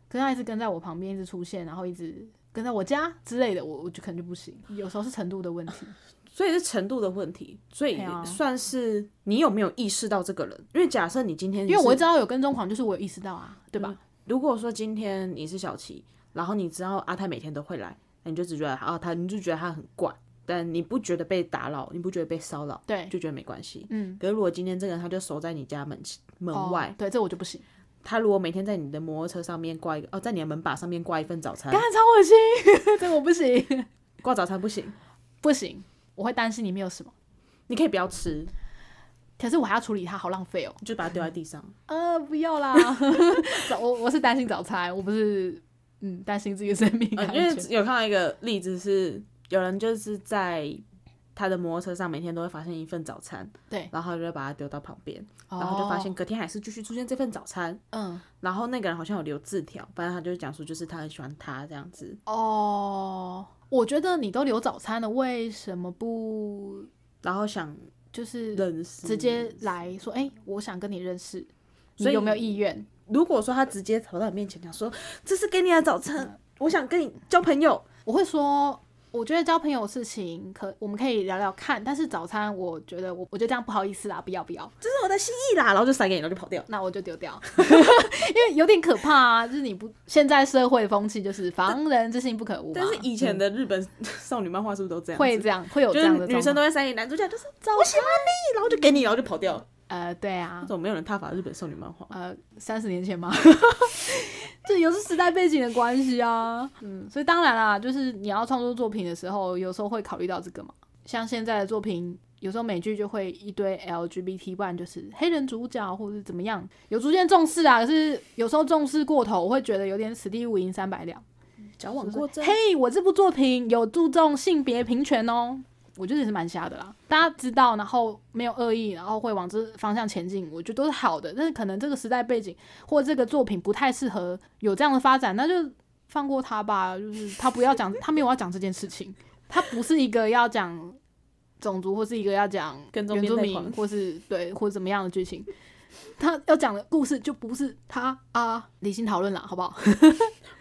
A: 可是他一直跟在我旁边，一直出现，然后一直跟在我家之类的，我我就可能就不行。有时候是程度的问
B: 啊
A: 题。
B: 所以是程度的问题，所以
A: 对啊
B: 算是你有没有意识到这个人？因为假设你今天你
A: 因为我
B: 是嗯
A: 知道有跟踪狂，就是我有意识到啊，对吧？
B: 如果说今天你是小琪，然后你知道阿泰每天都会来，你就只觉得啊他，你就觉得他很怪，但你不觉得被打扰，你不觉得被骚扰，
A: 对，
B: 就觉得没关系。
A: 嗯，
B: 可是如果今天这个人他就守在你家门门外，
A: 哦对，这我就不行，
B: 他如果每天在你的摩托车上面挂一个哦，在你的门把上面挂一份早餐
A: 干，超恶心， 这我不 行，
B: 挂早餐不行，
A: 不行，我会担心里面有什么。
B: 你可以不要吃，
A: 可是我还要处理它，好浪费哦。
B: 你就把它丢在地 上。
A: 呃，不要啦， 早我我是担心早餐，我不是嗯担心自己的生命
B: 呃
A: 安
B: 因为
A: 全。
B: 有看到一个例子是，有人就是在他的摩托车上每天都会发现一份早餐，
A: 对，
B: 然后他就会把它丢到旁边，
A: 然
B: 然后就发现隔天还是继续出现这份早餐。
A: 嗯
B: 然后那个人好像有留字条，反正他就讲说，就是他很喜欢他这样子，
A: 哦，我觉得你都留早餐了，为什么不
B: 然后想
A: 就是
B: 认识
A: 直接。来说，哎、我想跟你认识，
B: 所
A: 你
B: 以
A: 有没有意愿？
B: 如果说他直接跑到你面前讲说，这是给你的早餐，我想跟你交朋友，
A: 我会说，我觉得交朋友的事情可我们可以聊聊看，但是早餐我觉得我我觉得这样不好意思啦，不要不要，
B: 这是我的心意啦，然后就塞给你，然后就跑掉。
A: 那我就丢掉， 因为有点可怕啊，就是你不现在社会风气就是防人之心不可无嘛，
B: 但是以前
A: 嗯
B: 的日本 少女漫画是不是都这样子？
A: 会这样会有
B: 就
A: 这
B: 是
A: 样的
B: 女生
A: 状况
B: 都会塞给男主角，就是
A: 早
B: 我喜欢你，然后就给你，然后就跑掉。
A: 呃对啊
B: 那，种没有人踏伐日本少女漫画？
A: 呃，三十年前吗？ 这有是时代背景的关系啊，嗯，所以当然啦，就是你要创作作品的时候，有时候会考虑到这个嘛。像现在的作品，有时候美剧就会一堆 LGBT，不然就是黑人主角或者是怎么样，有逐渐重视啊。可是有时候重视过头，我会觉得有点此地无银三百两。
B: 矫枉过正。
A: 嘿，我这部作品有注重性别平权哦，我觉得也是蛮瞎的啦。大家知道，然后没有恶意，然后会往这方向前进，我觉得都是好的。但是可能这个时代背景或这个作品不太适合有这样的发展，那就放过他吧。就是他不要讲，他没有要讲这件事情，他不是一个要讲种族或是一个要讲
B: 跟踪
A: 原住民
B: 变态狂
A: 或是对或怎么样的剧情。他要讲的故事就不是他啊，理性讨论啦，好不好？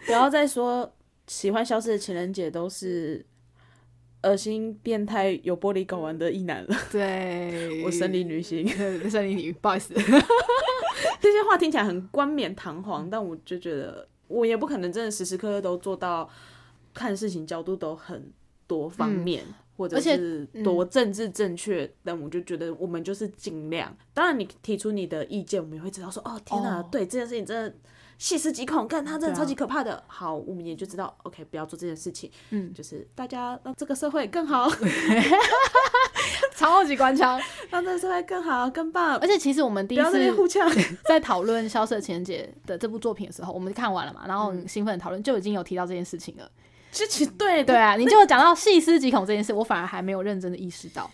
B: 不要再说喜欢消失的情人节都是恶心、变态、有玻璃睾丸的异男了。
A: 对，
B: 我生理女性，
A: 对，森林女，不好意思。
B: 这些话听起来很冠冕堂
A: 嗯
B: 皇，但我就觉得我也不可能真的时时刻刻都做到看事情角度都很多方面。或者
A: 而且
B: 是
A: 嗯
B: 多政治正确，但我就觉得我们就是尽量。当然，你提出你的意见，我们也会知道说，哦，天哪，
A: 哦
B: 对这件事情真的细思极恐，干他真
A: 对
B: 的
A: 啊
B: 超级可怕的。好，我们也就知道，OK，不要做这件事情，
A: 嗯，
B: 就是大家让这个社会更 好，
A: 超级官腔。
B: 让这个社会更好、更棒
A: 而，且其实我们第
B: 不
A: 一
B: 要这边
A: 次
B: 互呛。
A: 在讨论《萧瑟情人节》的这部作品的时候，我们看完了嘛，然后
B: 嗯
A: 很兴奋地讨论，就已经有提到这件事情了。
B: 其实对
A: 对，啊，你就有讲到细思极恐这件事，我反而还没有认真的意识到，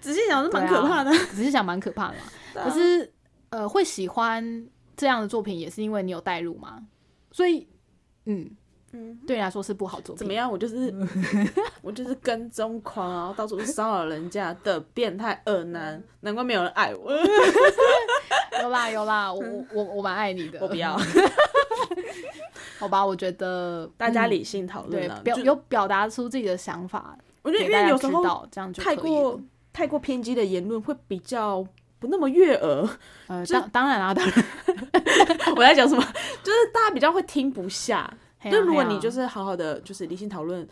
B: 仔细想是蛮
A: 对啊
B: 可怕的。
A: 只是想蛮可怕的嘛。
B: 对啊
A: 可是呃，会喜欢这样的作品，也是因为你有代入嘛，所以嗯，
B: 嗯。
A: 对你来说是不好作品。
B: 怎么？样？我就是 我就是跟踪狂，然后到处骚扰人家的变态恶男，
A: 嗯
B: 难怪没有人爱我。
A: 有啦有啦，我我我我蛮爱你的。
B: 嗯我不 要，
A: 好吧，我觉得
B: 大家
A: 嗯
B: 理性讨论
A: 对
B: 了。
A: 表
B: 就
A: 有表达出自己的想法，
B: 我觉得
A: 给
B: 因
A: 大
B: 为
A: 家
B: 有
A: 知
B: 时候
A: 道，这样就可以
B: 太过
A: 了。
B: 太过偏激的言论会比较不那么悦耳。
A: 呃，
B: 就是
A: 当当然啊，当然。
B: 我在讲什么？ 就是大家比较会听不下。
A: 嘿啊
B: 就如果
A: 嘿啊
B: 你就是好好的，就是理性讨论，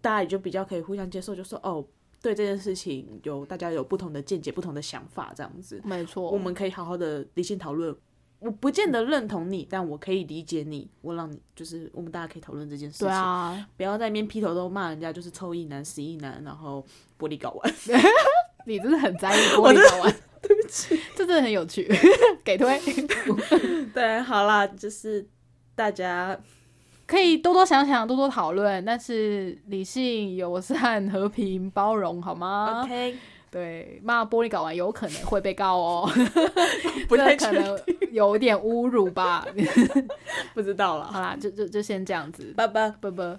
B: 大家也就比较可以互相接受，就说哦，对这件事情有大家有不同的见解、不同的想法这样子。
A: 没错，
B: 我们可以好好的理性讨论。我不见得认同你，但我可以理解你。我让你就是我们大家可以讨论这件事情，
A: 对啊，
B: 不要在那边劈头都骂人家就是臭一男、死一男，然后玻璃睾丸。
A: 你真的很在意玻璃睾丸，对不起，这真的很有趣， 给推，
B: 对，好啦，就是大家
A: 可以多多想想，多多讨论，但是理性、友善、和平、包容，好吗
B: OK，
A: 对，骂玻璃睾丸有可能会被告哦，
B: 不
A: 这
B: 太
A: 可
B: 确定，
A: 能有点侮辱吧。
B: 不知道
A: 好
B: 啦，
A: 啦，就就就先这样子，
B: 拜拜。
A: 拜拜。